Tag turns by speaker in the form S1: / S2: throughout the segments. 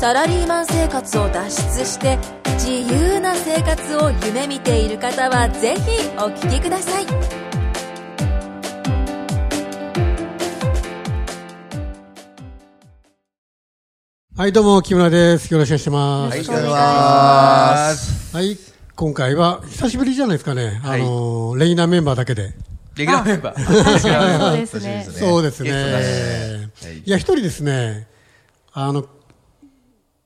S1: サラリーマン生活を脱出して自由な生活を夢見ている方はぜひお聞きください
S2: はい、どうも、木村です。よろしくお願いします。
S3: よろしくお願いします。
S2: はい、今回は、久しぶりじゃないですかね。あのー、レイナーメンバーだけで。
S3: レギュラーメンバー。
S4: そうですね。
S2: そうですね。
S3: ゲストだし
S2: い、や、一人ですね、あの、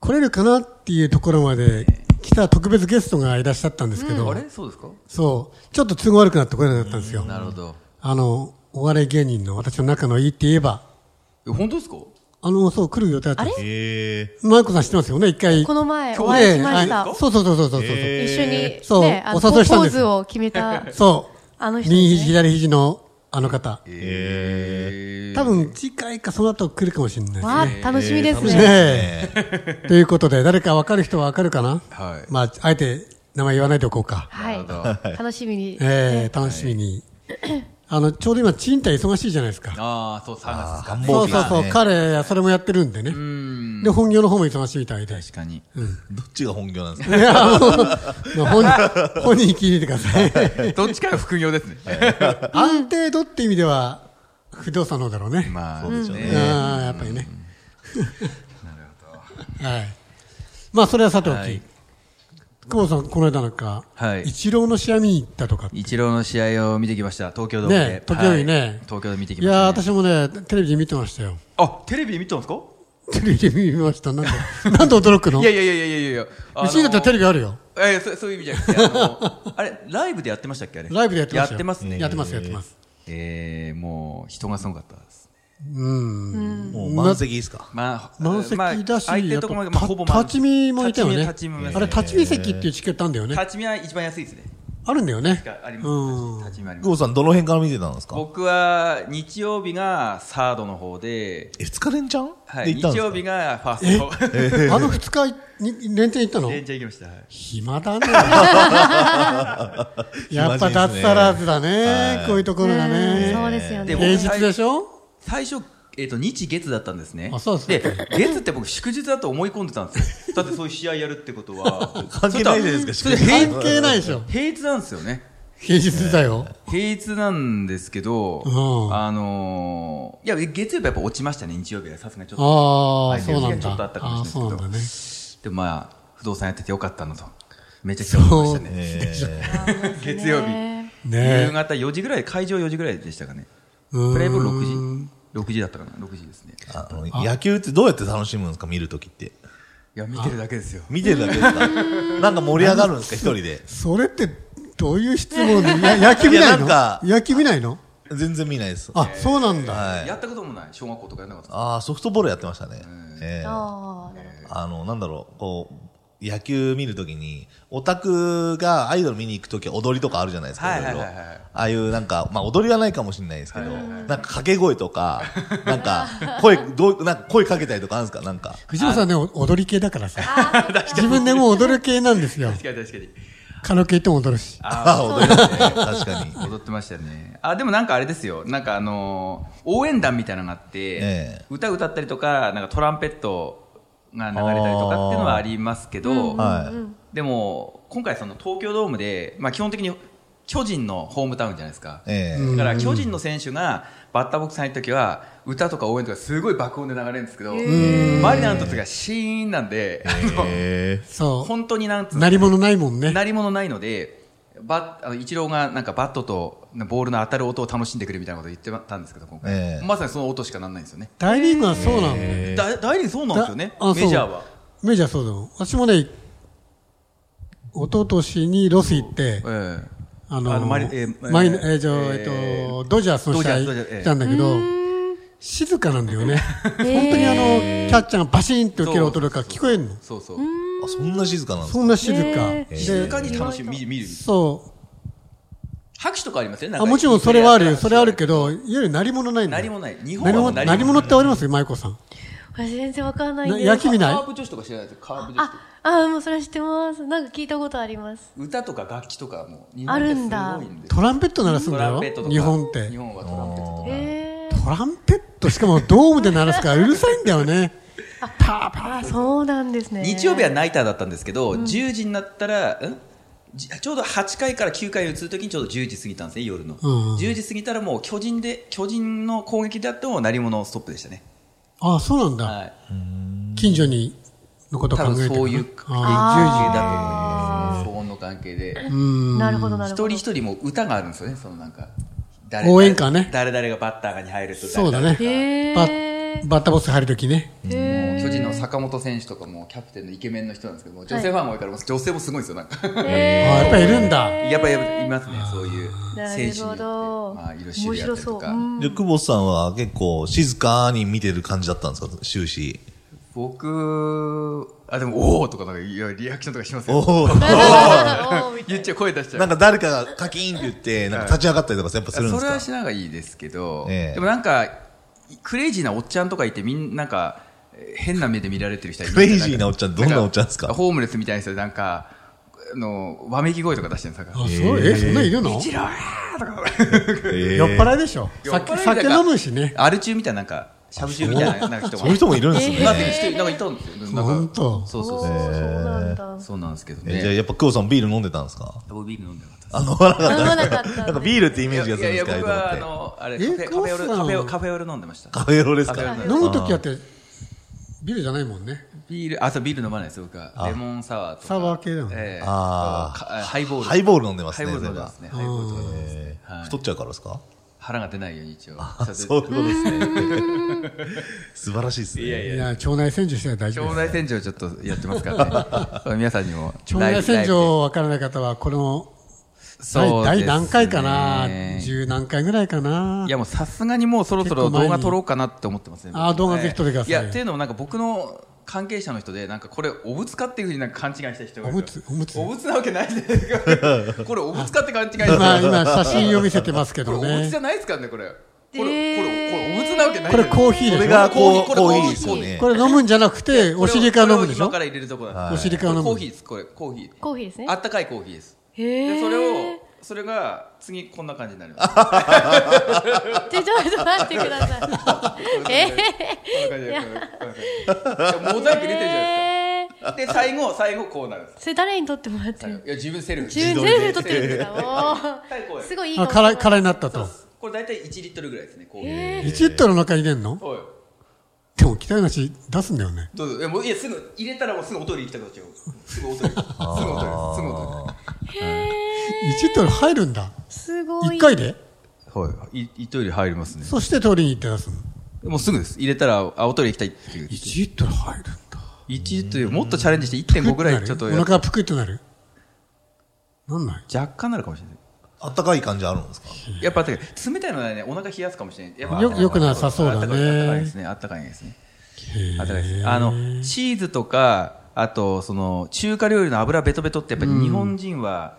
S2: 来れるかなっていうところまで来た特別ゲストがいらっしゃったんですけど、
S3: あれそうですか
S2: そう、ちょっと都合悪くなって来れなかったんですよ。
S3: なるほど。
S2: あの、お笑い芸人の私の仲のいいって言えば、
S3: え本当ですか
S2: あの、そう、来る予定だったんです。
S5: え
S2: マイコさん知ってますよね、一 回。
S4: この前
S2: 今
S4: お
S2: 日
S4: 会いしまし
S2: ね
S4: た
S2: あ。そうそうそうそうそうそう。
S5: え
S4: 一緒に
S2: そう
S4: ね、あの
S2: お誘いしたん
S4: ポ
S2: で
S4: ー
S2: す
S4: ズを決めた。
S2: そう。
S4: あの人ですね
S2: 右肘、左肘のあの方。
S3: え
S2: 多分次回かその後来るかもしれないですね
S4: わあ、楽しみですね。
S2: ねえ。ということで、誰か分かる人は分かるかな、
S3: はい
S2: まあ、あえて名前言わないでおこうか。
S4: はい。楽しみに。
S2: ええ楽しみに。あの、ちょうど今、賃貸忙しいじゃないですか。
S3: ああ、そう、3月ですか。
S2: そう
S5: う
S2: そうそう、
S5: ね
S2: 彼、それもやってるんでね。で、本業の方も忙しいみたいで。
S3: 確かに。
S5: どっちが本業なんです
S2: い
S5: か
S2: や、もう、もう本 人、本人聞いててください。
S3: どっちかが副業です ね。
S2: 安定度って意味では、不動産の方だろうね。
S3: まあ、
S5: そうですよ
S2: あ
S5: ね。
S2: あ、やっぱりね。はい。まあ、それはさておき。
S3: はい
S2: 久保さん、この間なんか、
S3: はい
S2: イチローの試合見に行ったとかって。
S3: イチローの試合を見てきました。東京ドーム
S2: ね
S3: で。
S2: 時々ね
S3: はい東京で見てき
S2: い
S3: ました。
S2: やー、私もね、テレビで見てましたよ。
S3: あ、テレビで見てたんですか
S2: テレビで見ました。なんで、なんで驚くの
S3: いやいやいやいやいやいや。
S2: うちにだったらテレビあるよ。
S3: ビ。え、そそういう意味じゃなくて、あ の、あれ、ライブでやってましたっけあれ。
S2: ライブでやってますよ
S3: やってますね。
S2: やってます、やってます。
S3: えー、もう、人がすごかったです。
S2: うん。
S5: もう満席ですか
S3: まあ、
S2: 満席だし、
S3: まあ、相手のとこまで、まあ、
S2: あ
S3: ほぼ
S2: とた
S3: 満席
S2: 立ち見もいたよね。
S3: 立ち見立ち見
S2: あれ、立ち見席っていうチケットあるんだよね。
S3: 立ち見は一番安いですね。
S2: あるんだよね。
S3: あります。
S2: うん。
S3: 立ち見あり
S5: ゴ
S3: ま
S5: ー
S3: す。
S5: さん、どの辺から見てたんですか
S3: 僕は日曜日がサードの方で、
S5: え、二日連チャン
S3: は
S5: で
S3: い、
S5: 行った
S3: 日
S5: んですか
S3: 曜日がファーストの方。
S2: あ の二日に連戦行ったの
S3: 連チャン行きました。はい
S2: 暇だ ね。やっぱ
S5: 暇人です
S2: 脱
S5: ね
S2: サラーズだね。こういうところが
S4: うん
S2: ね。
S4: そうですよ
S3: で
S4: ね。
S3: 僕
S2: 平日でしょ
S3: 最初、えっと日月だったんですね。
S2: あそうですね
S3: 月って僕祝日だと思い込んでたん ですよ。だってそういう試合やるってことは
S5: 関係ないじゃないです
S3: そ
S5: か
S3: れとはそれ
S2: 関係ないでしょ。
S3: 平日なんですよね。
S2: 平日だよ。
S3: 平日なんですけど、
S2: うん
S3: あのーいや月曜日はやっぱ落ちましたね。日曜日はさすがにちょっと。
S2: ああ、
S3: はい
S2: そうなん
S3: ちょ
S2: だ。
S3: っとあったか
S2: あ
S3: も
S2: あ、
S3: しれ
S2: そう
S3: ないですけど
S2: なんだね。
S3: でもまあ、不動産やっててよかったのと。めちゃくちゃ思いましたね。
S5: え
S3: 月曜日。
S4: ね
S2: ね
S3: 夕方4時ぐらい、会場4時ぐらいでしたかね。
S2: うん
S3: プレイボール6時。6時だったかな ?6 時ですね。
S5: ーあの野球ってどうやって楽しむんですか見るときって。
S3: いや、見てるだけですよ。
S5: 見てるだけですかなんか盛り上がるんですか一人で。
S2: それって、どういう質問で や野球見ない
S5: いやな
S2: の
S5: んか
S2: 野球見ないの
S5: 全然見ないです。
S2: あ、そうなんだ。
S5: はい。
S3: やったこともない。小学校とかやんなかった
S5: ああ、ソフトボールやってましたね。えー
S4: ああ、なるほ
S5: あの、なんだろう、こう、野球見るときに、オタクがアイドル見に行くときは踊りとかあるじゃないですか、
S3: はいはい
S5: ろ
S3: はい
S5: ろ
S3: はい
S5: ああいうなんか、まあ踊りはないかもしれないですけど、なんか掛け声と か、なんか、声、どう、なんか声かけたりとかあるんですかなんか。
S2: 藤本さんね、お踊り系だからさ。 自分でもう踊る系なんですよ。
S3: 確かに確かに。
S2: カラオケ行っても踊るし。
S5: ああ、踊りますね。確かに。
S3: 踊ってましたね。あ、でもなんかあれですよ。なんかあのー応援団みたいなのがあって、
S5: ええ
S3: 歌歌ったりとか、なんかトランペットが流れたりとかっていうのはありますけど、
S5: は
S3: でも、今回その東京ドームで、まあ基本的に巨人のホームタウンじゃないですか。
S5: い。ええ
S3: だから巨人の選手がバッターボックスに入るときは歌とか応援とかすごい爆音で流れるんですけど、マリナーの時はシーンなんで、
S5: ええ
S3: あの
S2: そ
S3: 本当になんつう
S2: う。
S3: の
S2: 鳴り物ないもんね。
S3: 鳴り物ないので、バッあのイチローがなんかバットとボールの当たる音を楽しんでくれみたいなこと言ってたんですけど、今回、
S5: ええ
S3: まさにその音しかなんないんですよね。
S2: 大リーグはそうなんだよ。
S3: だ大リーグそうなんですよね
S2: だあ、そう
S3: メジャーは。。
S2: メジャーそうだもん。私もね、一昨年にロス行って、
S3: え
S2: あの、
S3: あの
S2: マ
S3: マ
S2: リ
S3: リ
S2: え
S3: え
S2: ー、
S3: ー
S2: マリ
S3: え
S2: え
S3: ー
S2: ーじゃあえっと、ドジャースの試合
S3: ドジャースドジャースえー
S2: 来たんだけど、静かなんだよね。本当にあの、キャッチャーがバシーンって受ける音とか聞こえるの
S3: え。そうそう。
S5: あそんな静かなんです
S2: そ
S5: か
S2: んな静か。
S4: へー
S2: で
S3: 静かに楽しみ、見る、見る。
S2: そ
S3: 拍手とかありますよねなん
S2: あ
S3: か
S2: もちろんそれはあるよ。それはある
S3: ど。
S2: けど、いわゆる何もないんだよ
S3: 何もない日本は
S2: 何
S3: も
S2: も
S3: う何もない
S2: 何者ってありますよ、舞子さん。
S4: 私全然わかんないん
S2: な
S4: で。
S2: 野球見ない
S3: カープ女子とか知らないですカープ女子とか。
S4: あ、あ、もうそれ知ってます。なんか聞いたことあります。
S3: 歌とか楽器とかも日
S4: あ
S3: 本
S4: る
S3: って
S4: んだ
S3: すごいんで。
S2: トランペット鳴らすん
S3: ト
S2: だ
S3: ラ
S2: よ
S3: ンペットと、か
S2: 日本って
S3: 日。本はトランペットとか。
S4: ええ。
S2: トランペット、しかもドームで鳴らすからうるさいんだよね。パーパー。
S4: あ、そうなんですね。
S3: 日曜日はナイターだったんですけど、10時になったら、んじちょうど8回から9回に移るときにちょうど10時過ぎたんですね、夜の。
S2: うん
S3: 10時過ぎたらもう巨人で、巨人の攻撃であっても鳴り物ストップでしたね。
S2: ああ、そうなんだ。
S3: はい。
S2: 近所に、のことを考
S3: 多
S2: えて
S3: 分
S2: る
S3: そういう研究
S2: あ
S3: だと思いますね。騒音の関係で。
S2: あ、うん。
S4: なるほど、な
S3: 一
S4: るほ
S3: 人一
S4: ど。
S3: 人も歌があるんですよね、そのなんか。
S2: 応援歌ね
S3: 誰々がバッターに入ると
S2: そうだね
S3: 誰々が
S4: へ
S2: バ
S4: え。
S2: バッタボス入るときね。
S3: もう巨人の坂本選手とかもキャプテンのイケメンの人なんですけども、女性ファンが多いから、もう女性もすごいんですよ、なんか。
S2: ああやっぱりいるんだ。
S3: やっぱりいますね、そういう
S4: な
S3: 選手に
S4: る
S3: よ
S4: ほ
S3: って、
S4: ど。
S3: まあ、色白であった
S4: 面白
S3: り
S4: そ
S3: と
S4: う。
S3: か、
S4: うん
S5: で、久保さんは結構静かに見てる感じだったんですか終 始。
S3: 僕、あ、でも、おおとかなんか、いやリアクションとかします
S5: お
S3: よ。
S5: お。
S4: おーみたい
S3: 言っちゃう、声出しちゃ
S5: な
S3: う。
S5: んか誰かがカキーンって言って、なんか立ち上がったりとかやっぱするんで
S3: そ
S5: す
S3: れ
S5: か
S3: はしながらいいですけど、
S5: ええ
S3: でもなんか、クレイジーなおっちゃんとかいて、みんな、なんか、えー変な目で見られてる人いる
S5: クレイジーなおっちゃんどんなおっちゃんですか
S3: なホームレスみたいな人で、なんか、あの、わめき声とか出してるんですよ
S2: あ、そう、え、そんないるの
S3: イチローとか。
S5: え
S2: 酔っ
S5: い
S2: 払いでしょ。酒酒飲むしね。
S3: アル中みたいな、なんか、しゃぶ中みたいななんか人も。
S5: そういう人もいるんですね。
S3: なってる人、なんかいたんですよ。なんか
S2: 本当
S3: そうそうそう。
S4: な。そうなんだ。
S3: そうなんですけど
S5: えじゃあ
S3: ね。
S5: やっぱ久保さんビール飲んでたんですか
S3: 僕ビール飲んでなかったです
S5: あの、飲まな
S4: 飲
S5: か
S4: まなかっ
S5: った。
S4: たんだ。
S5: なんかビールってイメージが
S3: い
S5: す
S3: や
S5: るん
S3: い
S5: で
S3: や、
S5: すか
S3: 僕はあの、あれ、カフ
S2: え
S3: ェカフェオ
S2: コ
S3: レ、
S2: ース
S3: カフェ
S2: な
S3: オ
S2: の
S3: カフェオレ飲んでました。
S5: カフェオレです
S3: カフェオ
S5: か
S3: レ
S2: 飲むときはって、ビールじゃないもんね。
S3: ビール、あ、そう、ビール飲まないです、僕は。レモンサワーとか。
S2: サワー系だもんね
S3: ええ
S5: あー
S3: かハイボール。
S5: ハイボール飲んでますね
S3: ハイボール飲んでますね。ハイボールとか飲んでますね。はい
S5: 太っちゃうからですか
S3: 腹が出ないように一応。
S5: そういうことですね。素晴らしいですね。
S3: いやい
S2: い
S3: や
S2: や、腸内洗浄しては大丈夫
S3: 腸
S2: です。
S3: 内洗浄ちょっとやってますから ね。そう皆さんにも。
S2: 腸内洗浄わからない方は、この、
S3: そう
S2: 第
S3: で
S2: 第
S3: すね
S2: 何回かな十何回ぐらいかない
S3: やもうさすがにもうそろそろ
S2: 結構前
S3: 動
S2: に
S3: 画撮ろうかなって思ってますね。
S2: あー動画
S3: ね
S2: ぜひ撮ってください
S3: いや、っていうのもなんか僕の関係者の人で、なんかこれお仏かっていうふうになんか勘違いした人がいるんですよ。
S2: お仏お
S3: お
S2: 仏
S3: 仏なわけないじゃないですか。これお仏かって勘違いした
S2: 今、
S3: 人。
S2: 今、写真を見せてますけ
S3: これ
S2: ど
S3: お仏
S2: ね
S3: じゃ。ないですからね、これ。これ、これ、こ
S4: えー
S3: れお仏なわけない
S2: これコーヒー
S5: こ
S2: で
S5: れ
S2: しょ
S5: がこ
S3: コ
S5: う、
S3: ーヒーこ
S5: こう
S3: れ
S5: いいですよね。
S2: これ飲むんじゃなくて、お尻から飲むでし
S3: これを
S2: ょ
S3: 今から入れるとこなん
S5: は
S3: で
S5: い
S2: お
S3: す。
S2: 尻から飲む。
S3: コーヒーです、これ、コーヒー。
S4: コーヒーですね
S3: あ。ったかいコーヒーです。
S4: へ
S3: で、
S4: え。
S3: それを、それが、次こんな感じになります。
S4: ちょ、ちょっと待ってくだ さい。
S3: こ
S4: え
S3: んな感じでこんな感じでいやモザイク出てるじゃない
S4: え
S3: ですか。で、最後、最後こうなるんです。
S4: それ誰に撮ってもらって
S3: 最
S4: る
S3: 後いや、自分セルフ。
S4: 自分全部撮ってるんですか
S3: 対こう
S4: お
S3: よ
S4: ーすごいいい
S2: あ、
S4: 顔
S2: 空、空になったと。
S3: これ大体1リットルぐらいですね、こういう。
S2: 1リットルの中に入れんの
S3: おい。
S2: でも、汚い話出すんだよね。
S3: どうぞ。いや、もう、いや、すぐ、入れたらもうすぐおトイレ行きたくなっちゃう。すぐおトイレ。すぐおトイレ。すぐおト
S2: 1リットル入るんだ。
S4: すごい
S2: 1回で
S3: イレ。はい。い、トイレ入りますね。
S2: そして通りに行って出すの。
S3: もうすぐです。入れたら、あ、おトイレ行きたいっていう。
S2: 1リットル入るんだ。
S3: 1リットル、もっとチャレンジして1.5ぐらいちょっと
S2: お
S3: やっ
S2: 腹がぷくってなるなんない
S3: 若干なるかもしれない。
S5: あったかい感じあるんですか
S3: やっぱ、冷たいのはね、お腹冷やすかもしれない。やっぱ
S2: よよくなさそう
S3: あ
S2: だ
S3: ったかいあったかいで
S2: ね
S3: す。ね。あったかいですね。
S2: へー
S3: あったかいですあのチーズとかあとその中華料理の油ベトベトってやっぱり日本人は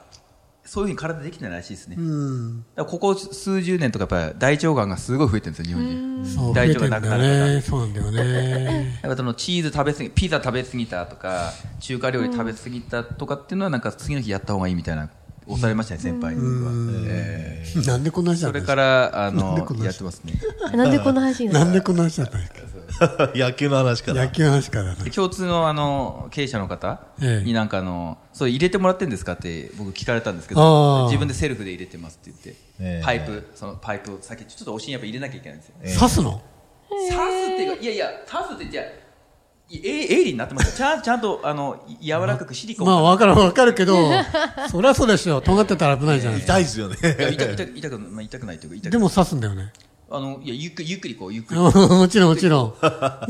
S3: そういうふうに体できてないらしいですね、だ
S2: うん。
S3: からここ数十年とかやっぱり大腸がんがすごい増えてるんですよ日本
S2: そ
S3: 人
S2: う、増
S3: 大
S2: え
S3: 腸
S2: て
S3: が
S2: ん
S3: なく
S2: だ
S3: なるから
S2: ね。そうなんだよね。
S3: やっぱそのチーズ食べ過ぎピザ食べ過ぎたとか中華料理食べ過ぎたとかっていうのはなんか次の日やった方がいいみたいなおされましたね先輩に僕は、えー
S2: なんでこんな話だ
S3: そ
S2: った
S3: れ
S2: ん
S3: か
S2: です
S3: らあ
S2: なんで
S3: の
S2: こんな
S3: やってますね
S4: なんでこんな話に
S2: かな
S4: なる
S2: んでこんな話だったんですか
S5: 野球の話から。
S2: 野球の話からだ
S3: で
S2: ね。
S3: 共通のあの経営者の方
S2: ええ
S3: になんかあの、それ入れてもらってんですかって僕聞かれたんですけ
S2: ああ
S3: ど自分でセルフで入れてますって言って、
S5: ええ
S3: パイプそのパイプを先ちょっとお尻やっぱ入れなきゃいけないんですよ、
S5: えー
S2: 刺すの
S3: 刺すっていうかいやいや刺すってじゃえ鋭利になってますよちゃんちゃんとあの柔らかくシリコン
S2: まあ、わかる、わかるけど、 そりゃそうでしょ。尖ってたら危ないじゃないですか。
S5: 痛いですよね。
S3: いや痛く痛く痛く、まあ、痛くないというか痛く
S2: でも刺すんだよね。
S3: あのいやゆっくりゆっくりこうゆっくり
S2: もちろん、もちろん。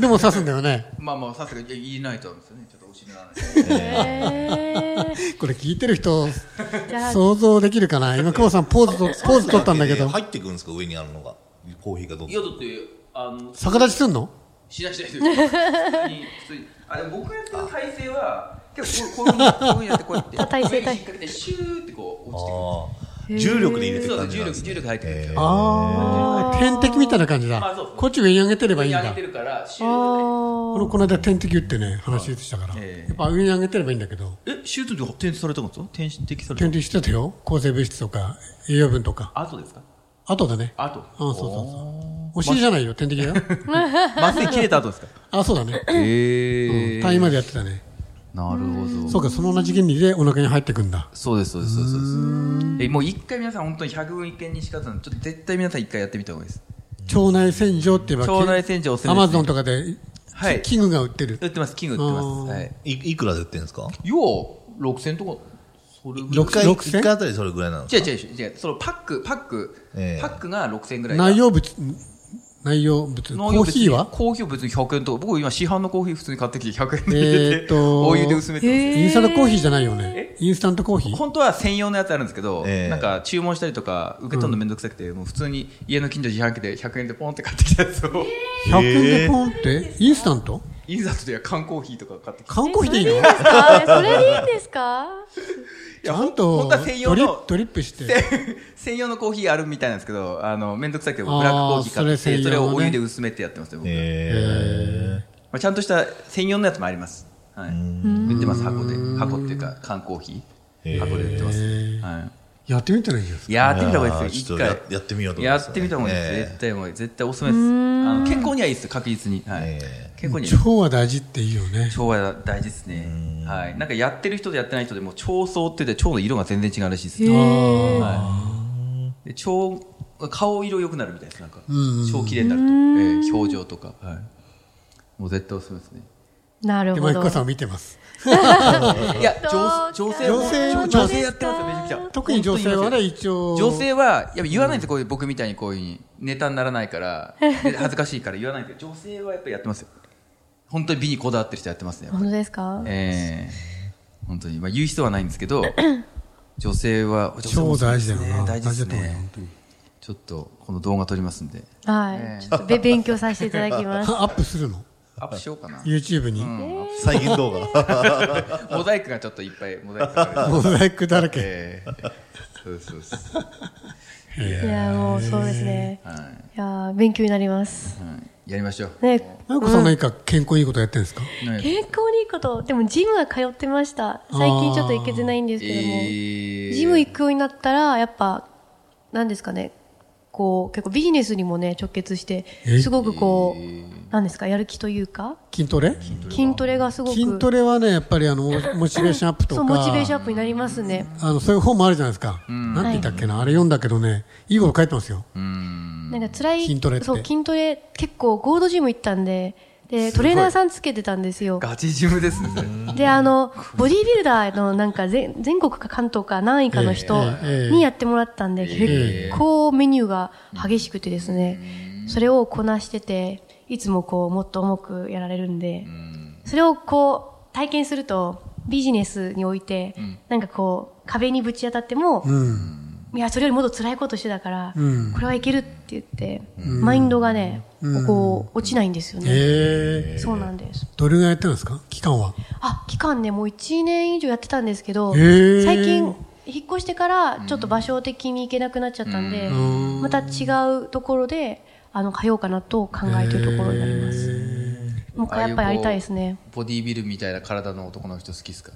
S2: でも刺すんだよね。
S3: まあまあ刺すがいや入れないとなんですよねちょっとお尻 が
S4: え ー
S2: これ聞いてる人、
S4: じゃあ
S2: 想像できるかな今、久保さんポーズと、ポーズ取ったんだけ
S5: えー
S2: ど、
S5: 入ってくるんですか上にあるのが。コーヒーがどん
S3: い
S5: ど
S3: や
S5: ん。
S3: だってあの
S2: 逆立ちすんの
S3: しない しないですよ普通に普通にあれ僕がやってる 体勢は結構こうこういうふうにこういうふうにやってこうやって
S4: あ体
S3: 目に引
S4: 勢
S3: っ掛けてシューってこう落ちてくる
S5: あ重力で入れて
S3: そ
S5: く
S3: うだ
S5: 感じ
S3: 重
S5: なんで
S3: 力
S5: すね
S3: 重力入ってるから
S2: ああ、天敵みたいな感じだ。
S3: まあそう
S2: こっち上に上げてればいいん
S3: 上に
S2: だ
S3: 上げ。てるからシュー
S4: あ
S2: 俺この間天敵言ってね、話したから。
S3: ええ
S2: やっぱ上に上げてればいいんだけど、
S3: えシュートで転出されたんですか転出された
S2: 天敵してたよ。抗生物質とか、栄養分とか。
S3: あとですか
S2: あとだね。あ
S3: あと
S2: そうそうそう。お尻じゃないよ、天 敵だよ。
S3: 麻酔切れた後ですか
S2: あ、そうだね。
S3: へ
S2: 退院までやってたね。
S3: なるほど
S2: そうか、その同じ原理でお腹に入ってくんだ。
S3: そうですそうですそうですそうですえもう一回皆さん本当に百聞一見にしかずなんでちょっと絶対皆さん一回やってみた方がいいです
S2: 腸内洗浄って言えば、
S3: 腸内洗浄おすす
S2: ア
S3: めです
S2: マゾンとかで、
S3: はい
S2: 器具が売ってる
S3: 売。ってます金売ってますはい
S5: いいくらで売ってるんですか
S3: よう6000とかそれぐらい
S5: 6回
S2: 六千
S5: 1回あたりそれぐらいなんです
S3: 違う違う違うそのパックパック、
S5: ええ
S3: パックが6000ぐらい
S2: 内容物、内容物、コ
S3: 農業
S2: ー
S3: 別に
S2: ヒーは
S3: コーヒーは別に100円とか僕今市販のコーヒー普通に買ってきて100円で入れて、
S2: えーっと
S3: お湯で薄めてます
S4: へー
S2: インスタントコーヒーじゃないよね。インスタントコーヒー
S3: 本当は専用のやつあるんですけど、
S5: ええ
S3: なんか注文したりとか受け取るのめんどくさくて、もう普通に家の近所自販機で100円でポンって買ってきたやつを、
S2: ?100 円でポンって、インスタント
S3: インサートでは缶コーヒーとか買ってきて
S2: 缶コーヒーでいいの
S4: えそれでいいんですか
S3: い
S2: ち
S3: や
S2: ゃ
S3: ほ
S2: んと
S3: 本当は専用
S2: ドリッ
S3: の
S2: プドリップして。
S3: 専用のコーヒーあるみたいなんですけどあのめんどくさくてブ
S2: あー
S3: ラックコーヒー買って
S2: それ
S3: そ
S2: 専
S3: れ
S2: 用のね
S3: をお湯で薄めてやってますよ、僕
S5: ねへ
S3: まあ、ちゃんとした専用のやつもあります、はい、売ってます箱で箱っていうか缶コーヒー箱で売ってます、はい
S2: やってみたらいいんじゃないですか。
S3: いやーやってみた方がいいです
S5: ち
S3: よ
S5: ょ
S3: 一
S5: っとや
S3: 回
S5: やってみようと思い
S3: や
S5: ます
S3: ってみた方がいいです、
S5: ええ
S3: 絶対もう絶対おすすめですあの健康にはいいです確実に、はい
S5: え
S3: 健康に
S2: 腸は大事っていいよね。
S3: 腸は大事ですねはいなんかやってる人とやってない人でも腸層って言って腸の色が全然違うらしいです、
S4: へー
S3: はい、で腸顔色良くなるみたいですなんか腸綺麗になると、ええ表情とか、はい、もう絶対おすすめですね
S4: なる
S2: で、
S4: ほ
S2: マイ
S4: ど
S2: クさんを見てます。
S3: いや
S4: ど
S3: 女
S4: う
S3: 女性
S2: 女性
S3: 女
S2: も
S3: 女性やってますよめちゃくちゃ
S2: 特に女性は
S3: 本当
S2: ね、
S3: に
S2: 一応。
S3: 女性はやっぱ言わないんですよ、こういう僕みたいにこういうふうにネタにならないからで恥ずかしいから言わないんですけど女性はやっぱりやってますよ本当に美にこだわってる人やってますねやっぱ
S4: 本当ですか
S3: ええ本当に、まあ、言う人はないんですけ ど女性は女性も
S2: 超大事だよ
S3: ね
S2: な。
S3: 大事です
S2: だと思うよ本
S3: ね
S2: 当に
S3: ちょっとこの動画撮りますんで
S4: は
S3: ええ
S4: いちょっとべ勉強させていただきます
S2: アップするの
S3: アップしようかな、
S2: ?YouTube に。
S3: うん
S5: 最近動画
S3: モザイクがちょっといっぱいモザイクかかる
S2: モザイクだらけ。
S3: ええそうですそうです
S4: いやもうそうですね
S3: はい
S4: や勉強になります
S3: い、はい、やりましょう
S4: ね
S2: マイクさん何か健康いいことやってるんですか
S3: ね
S4: 健康にいいことでもジムは通ってました最近ちょっと行けてないんですけども、
S3: えー
S4: ジム行くようになったらやっぱ何ですかねこう結構ビジネスにもね直結して
S2: え
S4: すごくこう何ですかやる気というか
S2: 筋トレ
S4: 筋トレがすごく
S2: 筋トレはね、やっぱりあ の、モモチベーションアップと
S4: そ
S2: か。
S4: うモチベーションアップになりますね
S2: あの、そういう本もあるじゃないですか。なんて言ったっけな、あれ読んだけどね、いいこと書いてますよ。
S4: なんか辛い
S2: 筋トレって
S4: そう筋トレ結構ゴールドジム行ったんででトレーナーさんつけてたんですよ
S3: ガチジムですねそれ
S4: で、あの、ボディービルダーのなんか全全国か関東か何位かの人
S2: ええ
S4: にやってもらったんで、
S2: え
S4: 結構メニューが激しくてですね、それをこなしてて、いつもこうもっと重くやられるんで、それをこう体験するとビジネスにおいて、なんかこう壁にぶち当たっても、
S2: うん。
S4: いや、それよりもっと辛いことしてたから、
S2: うん
S4: これはいけるって言って、マインドがね、こう落ちないんですよね。
S2: ええ
S4: そうなんです。
S2: どれぐらいやってるんですか期間は。
S4: あ期間ねもう1年以上やってたんですけど、
S2: へー
S4: 最近引っ越してからちょっと場所的に行けなくなっちゃったんで、
S2: ん
S4: また違うところであの通おうかなと考えているところになります、もう一回やっぱりやりたいですね
S3: ボディービルみたいな体の男の人好きですか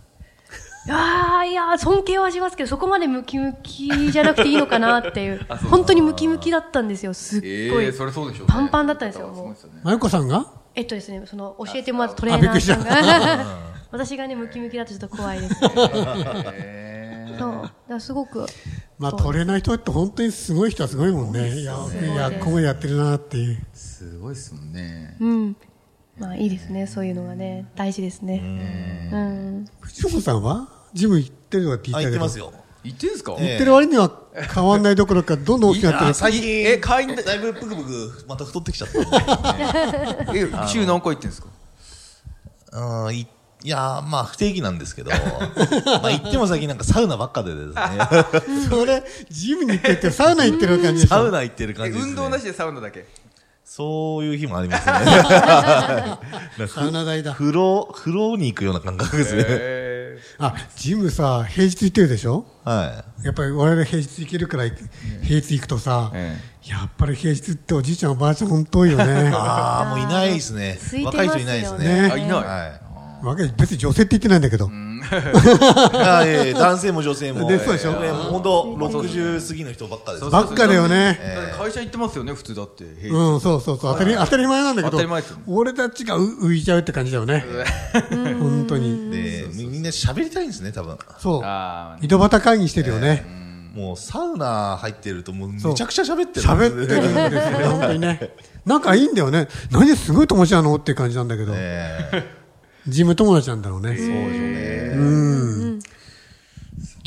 S4: いやーいやー尊敬はしますけどそこまでムキムキじゃなくていいのかなっていう本当にムキムキだったんですよすっごい、
S3: れそうでしょう、
S4: パンパンだったんですよもう
S3: すよね
S2: まゆこさんが
S4: えっとですねその教えてもらったトレーナーさんが 私がねムキムキだとちょっと怖いです、ね、そうだからすごく
S2: まあ、
S4: そう
S2: トレーナー人って本当にすごい人はすごいもんね。いや、いや、ここまでやってるなっていう。
S3: すごいですもんね
S4: うん。まあいいですね。そういうのがね、大事ですね。うん。
S2: 藤本さんはジム行ってるとかって言
S5: あ
S2: った
S5: 行
S2: け
S5: って
S2: ど。
S5: ますよ
S3: 言ってんすか、
S2: 行ってる割には変わんないどころか、どんどん大きくなって
S5: あ
S2: る。
S5: 最近
S3: え会員で
S5: だいぶブクブクまた太ってきちゃったんで
S3: え週何回行ってんすか
S5: うんいいやーまあ不定期なんですけど まあ行っても最近なんかサウナばっかでです ね
S2: それ、ジムに行ってて、サウナ行ってる感じでし
S5: サウ
S2: ょ。
S5: ナ行ってる
S3: え
S5: 感じです、ね、
S3: 運動なしでサウナだけ
S5: そういう日もありますね
S2: サウナ代だ。
S5: 風呂風呂に行くような感覚ですね、
S3: え
S2: あ、ジムさ、平日行ってるでしょ
S5: は
S2: やっぱり我々平日行けるから行く、平日行くとさ、
S3: え
S2: やっぱり平日っておじいちゃんおばあちゃん本当多いよ ね
S5: い。。ああ、もういないですね
S4: 空い。てますよね
S5: 若い人いないです
S2: ね
S5: ね。
S3: あいない、
S5: はい。
S2: わけ別に女性って言ってないんだけど。
S5: あーいえいえ男性も女 性も。
S2: でそうでしょ
S5: えーもう本当、60過ぎの人ばっかです。
S2: ばっかだよね
S3: だって会社行ってますよね普通だって平日
S2: うん、そうそうそう。当たり当たり前なんだけど。
S3: 当たり前ですよ
S2: 俺たちがう浮いちゃうって感じだよね。本当に。
S5: で、みみんな喋りたいんですね、多分。
S2: そう。
S3: あ
S2: 井戸端会議してるよね。
S5: もうサウナ入ってるともうめ
S2: そう
S5: ちゃくちゃ喋ってる。
S2: 喋ってるんですよね、本当に ね。仲いいんだよね。何すごい友達なのっていう感じなんだけど。
S5: え
S2: ジム友達なんだろうね。
S5: ー。そうでしょうね。
S2: うん。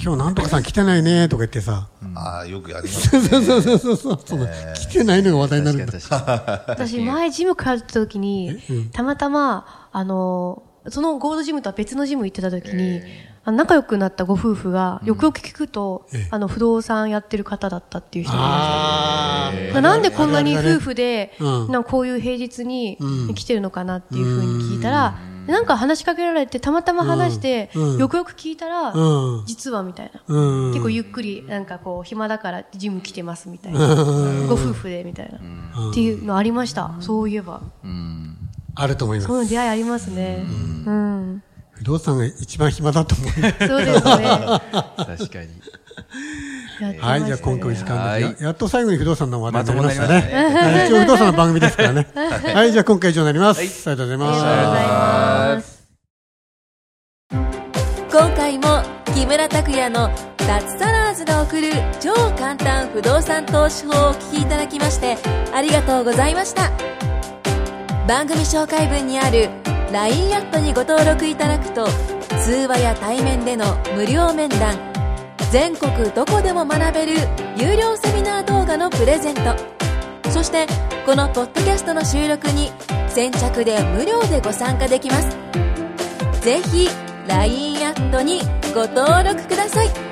S2: 今日なんとかさん来てないねとか言ってさ。
S5: ああ、よくやりま
S2: そ
S5: す
S2: うそう
S5: ね。
S2: そうそうそうそう、その来てないのが話題になるんだ。
S3: 確か
S4: 私、前、ジム通ってた 時に、たまたま、あの、そのゴールドジムとは別のジム行ってた時に、あの仲良くなったご夫婦が、よくよく聞くと、
S2: ええ
S4: あの、不動産やってる方だったっていう人がいました。
S2: あー
S4: なんでこんなに夫婦で、
S2: うん
S4: なんかこういう平日に来てるのかなっていうふうに聞いたら、なんか話しかけられて、たまたま話して、
S2: うんうん
S4: よくよく聞いたら、
S2: うん
S4: 実はみたいな。
S2: うん。
S4: 結構ゆっくり、なんかこう、暇だからジム来てますみたいな。ご夫婦でみたいな。っていうのありました。そういえば。
S2: あると思いま
S4: そういう
S2: す。
S4: 出会いありますね。うん。
S2: 不動産が一番暇だと 思う。
S4: そ うで
S3: に確
S4: すね。や
S3: かに
S4: ってましたね
S2: はい、じゃあ今回時間です。ややっと最後に不動産の話題になりました
S3: まともにな
S2: ね。はい一応不動産の番組ですからね。はい、じゃあ今回以上になります。ありがとうございま
S4: ありが
S2: す
S4: と。うご
S1: 今
S4: ざいます。
S1: 回も木村拓哉の脱サラーズが送る超簡単不動産投資法をお聞きいただきましてありがとうございました番組紹介文にある LINE アットにご登録いただくと通話や対面での無料面談全国どこでも学べる有料セミナー動画のプレゼントそしてこのポッドキャストの収録に先着で無料でご参加できますぜひ LINE アットにご登録ください